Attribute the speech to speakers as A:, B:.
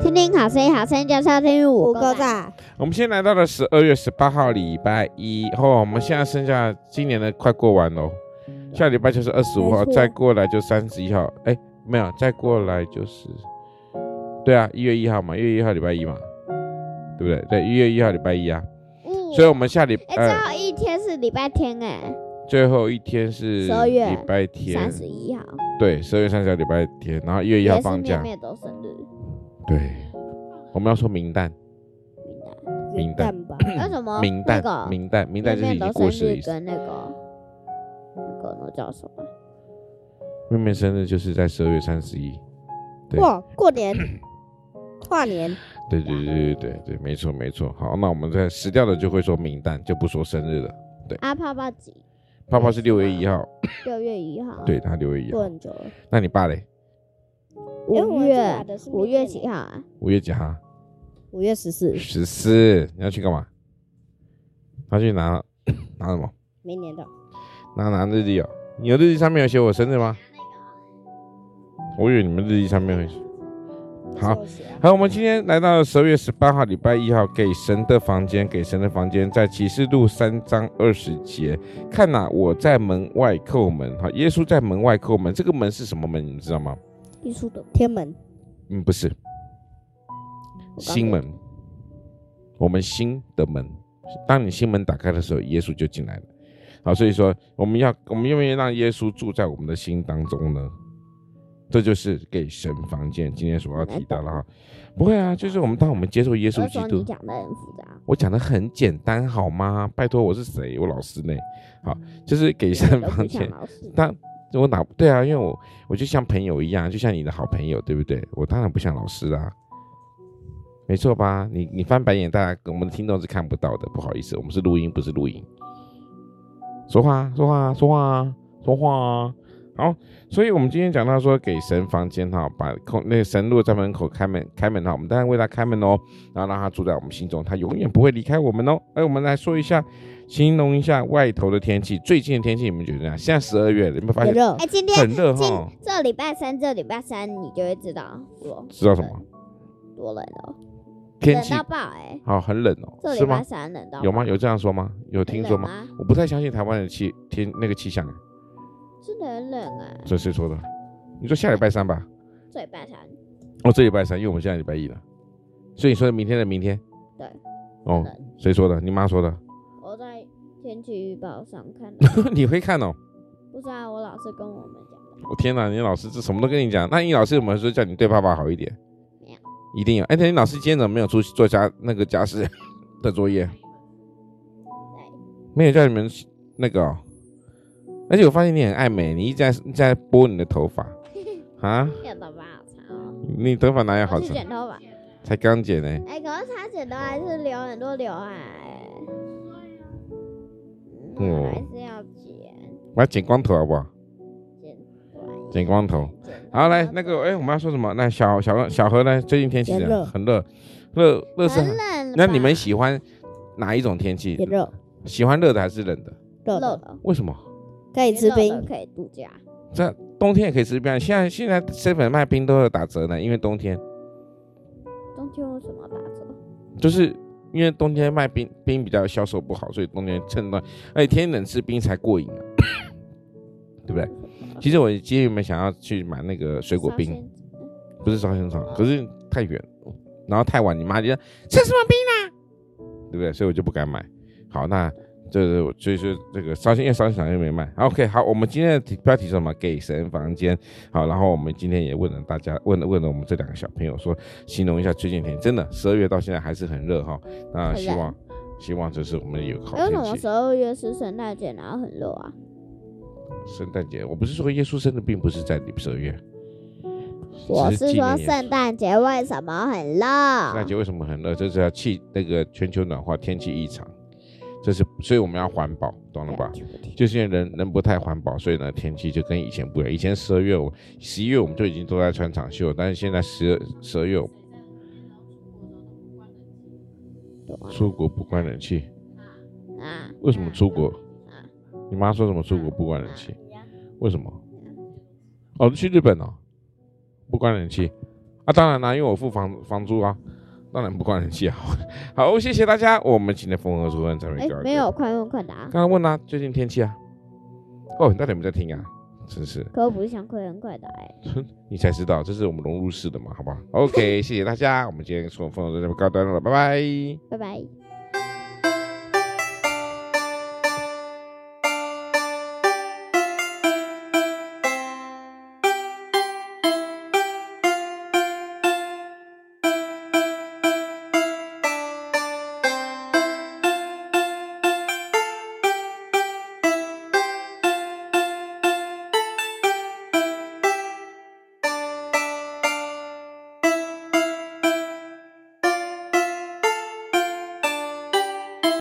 A: 听听好声音，好声音就是要听五
B: 五
A: 个
B: 个
A: 赞。
B: 赞，
C: 我们现在来到了十二月十八号礼拜一，哦后我们现在剩下今年的快过完喽，下礼拜就是二十五号，
B: 没错
C: 再过来就三十一号，哎，没有，再过来就是，对啊，一月一号嘛，一月一号礼拜一嘛，对不对？对，一月一号礼拜一啊，
A: 嗯
C: 所以我们下礼
A: 哎，
C: 呃
A: 最后一天是礼拜天哎，
C: 最后一天是
A: 12月
C: 礼拜天
A: 三，十一号，
C: 对，十二月三十号礼拜天，然后一月一号
A: 也是
C: 放
A: 面
C: 假，
A: 面都生日，
C: 对，我们要说明旦，
A: 明白
B: 蛋
C: 明蛋
B: 吧，
A: 为什么
C: 嗯明
A: 哦那
C: 旦，
A: 个
C: 明旦，明
A: 面
C: 旦就是
A: 面
C: 已经
A: 都
C: 过
A: 生
C: 世的意
A: 日
C: 思。
A: 跟那个那个那叫什么？
C: 妹妹生日就是在十二月三十一。对
B: 过过 年跨年，
C: 对对对对对对，没错没错。好，那我们在死掉的就会说明旦，就不说生日了。
A: 啊，泡泡几？
C: 泡泡是六月一号，
A: 六月一号。
C: 对他六月一
B: 过
C: 号。
B: 很久了。
C: 那你爸嘞？
B: 哎
A: 五
B: 我这打
A: 月
B: 的是
A: 五
B: 面
A: 月
B: 面
A: 几号啊？
C: 五月几号？
B: 五月十四，
C: 十四。你要去干嘛？他去拿 拿什么？
B: 明年的。
C: 拿拿日历哦。你的日记上面有写我生日吗？我以为你们日记上面会写。好，
B: 休息啊，
C: 好，我们今天来到十二月十八号，礼拜一号，给神的房间，给神的房间，在启示录三章二十节，看呐、我在门外叩门。好，耶稣在门外叩门，这个门是什么门？你们知道吗？
B: 艺术的天门，
C: 嗯，不是，心门，我们心的门。当你心门打开的时候，耶稣就进来了。好，所以说我们要，我们愿不愿意让耶稣住在我们的心当中呢？这就是给神房间今天所要提到的哈。不会啊，就是我们当我们接受耶稣
A: 我
C: 基
A: 说
C: 督
A: 你，讲的很复 杂，
C: 我讲的很简单好吗？拜托，我是谁？我老师呢？好，就是给神
A: 都
C: 房
A: 啊不
C: 间
A: 像。老师。
C: 但我哪对啊？因为我我就像朋友一样，就像你的好朋友，对不对？我当然不像老师啦、没错吧？你你翻白眼，大家我们的听众是看不到的，不好意思，我们是录音，不是录影。说话啊，说话啊，说话啊，说话啊。好，所以我们今天讲到说，给神房间哈，把空那个神落在门口开门开门哈，我们当然为他开门哦，然后让他住在我们心中，他永远不会离开我们哦。哎，我们来说一下，形容一下外头的天气，最近的天气你们觉得怎样？现在十二月了，你们发
B: 也
C: 现
B: 热，
A: 哎，今天
C: 很热
A: 今
C: 哈？
A: 这礼拜三，这礼拜三你就会知道多
C: 知道什么？
A: 多冷哦，
C: 天
A: 冷
C: 气
A: 到爆哎！
C: 好，很冷
A: 这
C: 哦，
A: 礼
C: 是
A: 拜
C: 吗？
A: 三冷到
C: 有吗？
A: 爆？
C: 有这样说吗？有
A: 很
C: 听
A: 冷
C: 说吗？
A: 啊？
C: 我不太相信台湾的气天那个气象，啊
A: 真的很冷啊，
C: 这谁说的？你说下礼拜三吧？
A: 这礼拜三
C: 哦，这礼拜三，因为我们现在礼拜一了，所以你说明天的明天？
A: 对。
C: 哦，
A: 冷。
C: 谁说的？你妈说的。
A: 我在天气预报上看到，
C: 你会看哦？
A: 不是啊，我老师跟我们讲的，
C: 我天哪，你老师这什么都跟你讲。那你老师有没有说叫你对爸爸好一点？
A: 没有，
C: 一定有。哎，那你老师今天怎么没有出去做家那个 家事的作业？没有叫你们那个、哦。而且我发现你很爱美，你一直在一直在拨你的头 发啊！
A: 剪头发好长哦，
C: 你头发哪有好
A: 我去
C: 长？
A: 剪头发，
C: 才刚剪呢、
A: 哎，可是他剪头还是留很多刘海哎，嗯，
C: 哦
A: 还是要剪
C: 我要剪光头好不好？
A: 剪短一
C: 剪光头。
A: 点。
C: 好，来那个，哎、我们要说什么？那小小小何呢？最近天气
B: 也
C: 怎
B: 热
C: 样很热，热热是
A: 很冷
C: 很。
A: 吧，
C: 那你们喜欢哪一种天气
B: 也？热，
C: 喜欢热的还是冷的？
B: 热
A: 漏
B: 的
A: 的
C: 为什么？
B: 可以吃
A: 因为漏的
B: 冰，
A: 可以度假，
C: 这冬天也可以吃冰。现在现在 seven 卖冰都有打折呢，因为冬天
A: 冬天为什么打折？
C: 就是因为冬天卖冰冰比较销售不好，所以冬天趁暖，而且天冷吃冰才过瘾啊， 对不对？其实我今天有没有想要去买那个水果冰？
A: 伤心
C: 不是烧仙草，可是太远，然后太晚，你妈就说吃什么冰啦、对不对？所以我就不敢买。好，那这是我所以说这个烧仙，因为烧仙草又没卖。好 OK，好，我们今天的题标题是什么？给神房间。好，然后我们今天也问了大家，问了问了我们这两个小朋友说，形容一下最近天，真的十二月到现在还是很热哈。那
A: 很
C: 希
A: 冷
C: 望希望就是我们有好
A: 哎为什
C: 天
A: 么
C: 气
A: 十。二月是圣诞节，然后很热啊？
C: 圣诞节，我不是说耶稣生的病不是在十二月，
A: 我
C: 只
A: 是
C: 纪
A: 说
C: 念耶稣
A: 圣诞节为什么很热？
C: 那就为什么很热？这是要气那个全球暖化，天气异常，这是所以我们要环保，懂了吧？就是因为人人不太环保，所以呢天气就跟以前不一样。以前十二月我十一月我们就已经都在穿长袖，但是现在十十二月我
A: 对啊
C: 出国不关冷气，
A: 啊，
C: 为什么出国
A: 啊？
C: 你妈说什么出国不关冷气？为什么
A: 嗯？
C: 哦，去日本哦，不关冷气。啊，当然啦，因为我付房房租啊，当然不关人气好。 好，谢谢大家，我们今天风和说人才
A: 哎
C: 会，
A: 没有，快问快答。
C: 刚刚问啦、最近天气啊？哦，你到底有没有在听啊？真是，
A: 可我不是想快问快答哎。
C: 你才知道，这是我们融入式的嘛，好不好？OK，谢谢大家，我们今天说风和说人才告一段落了，拜拜。
A: 拜拜。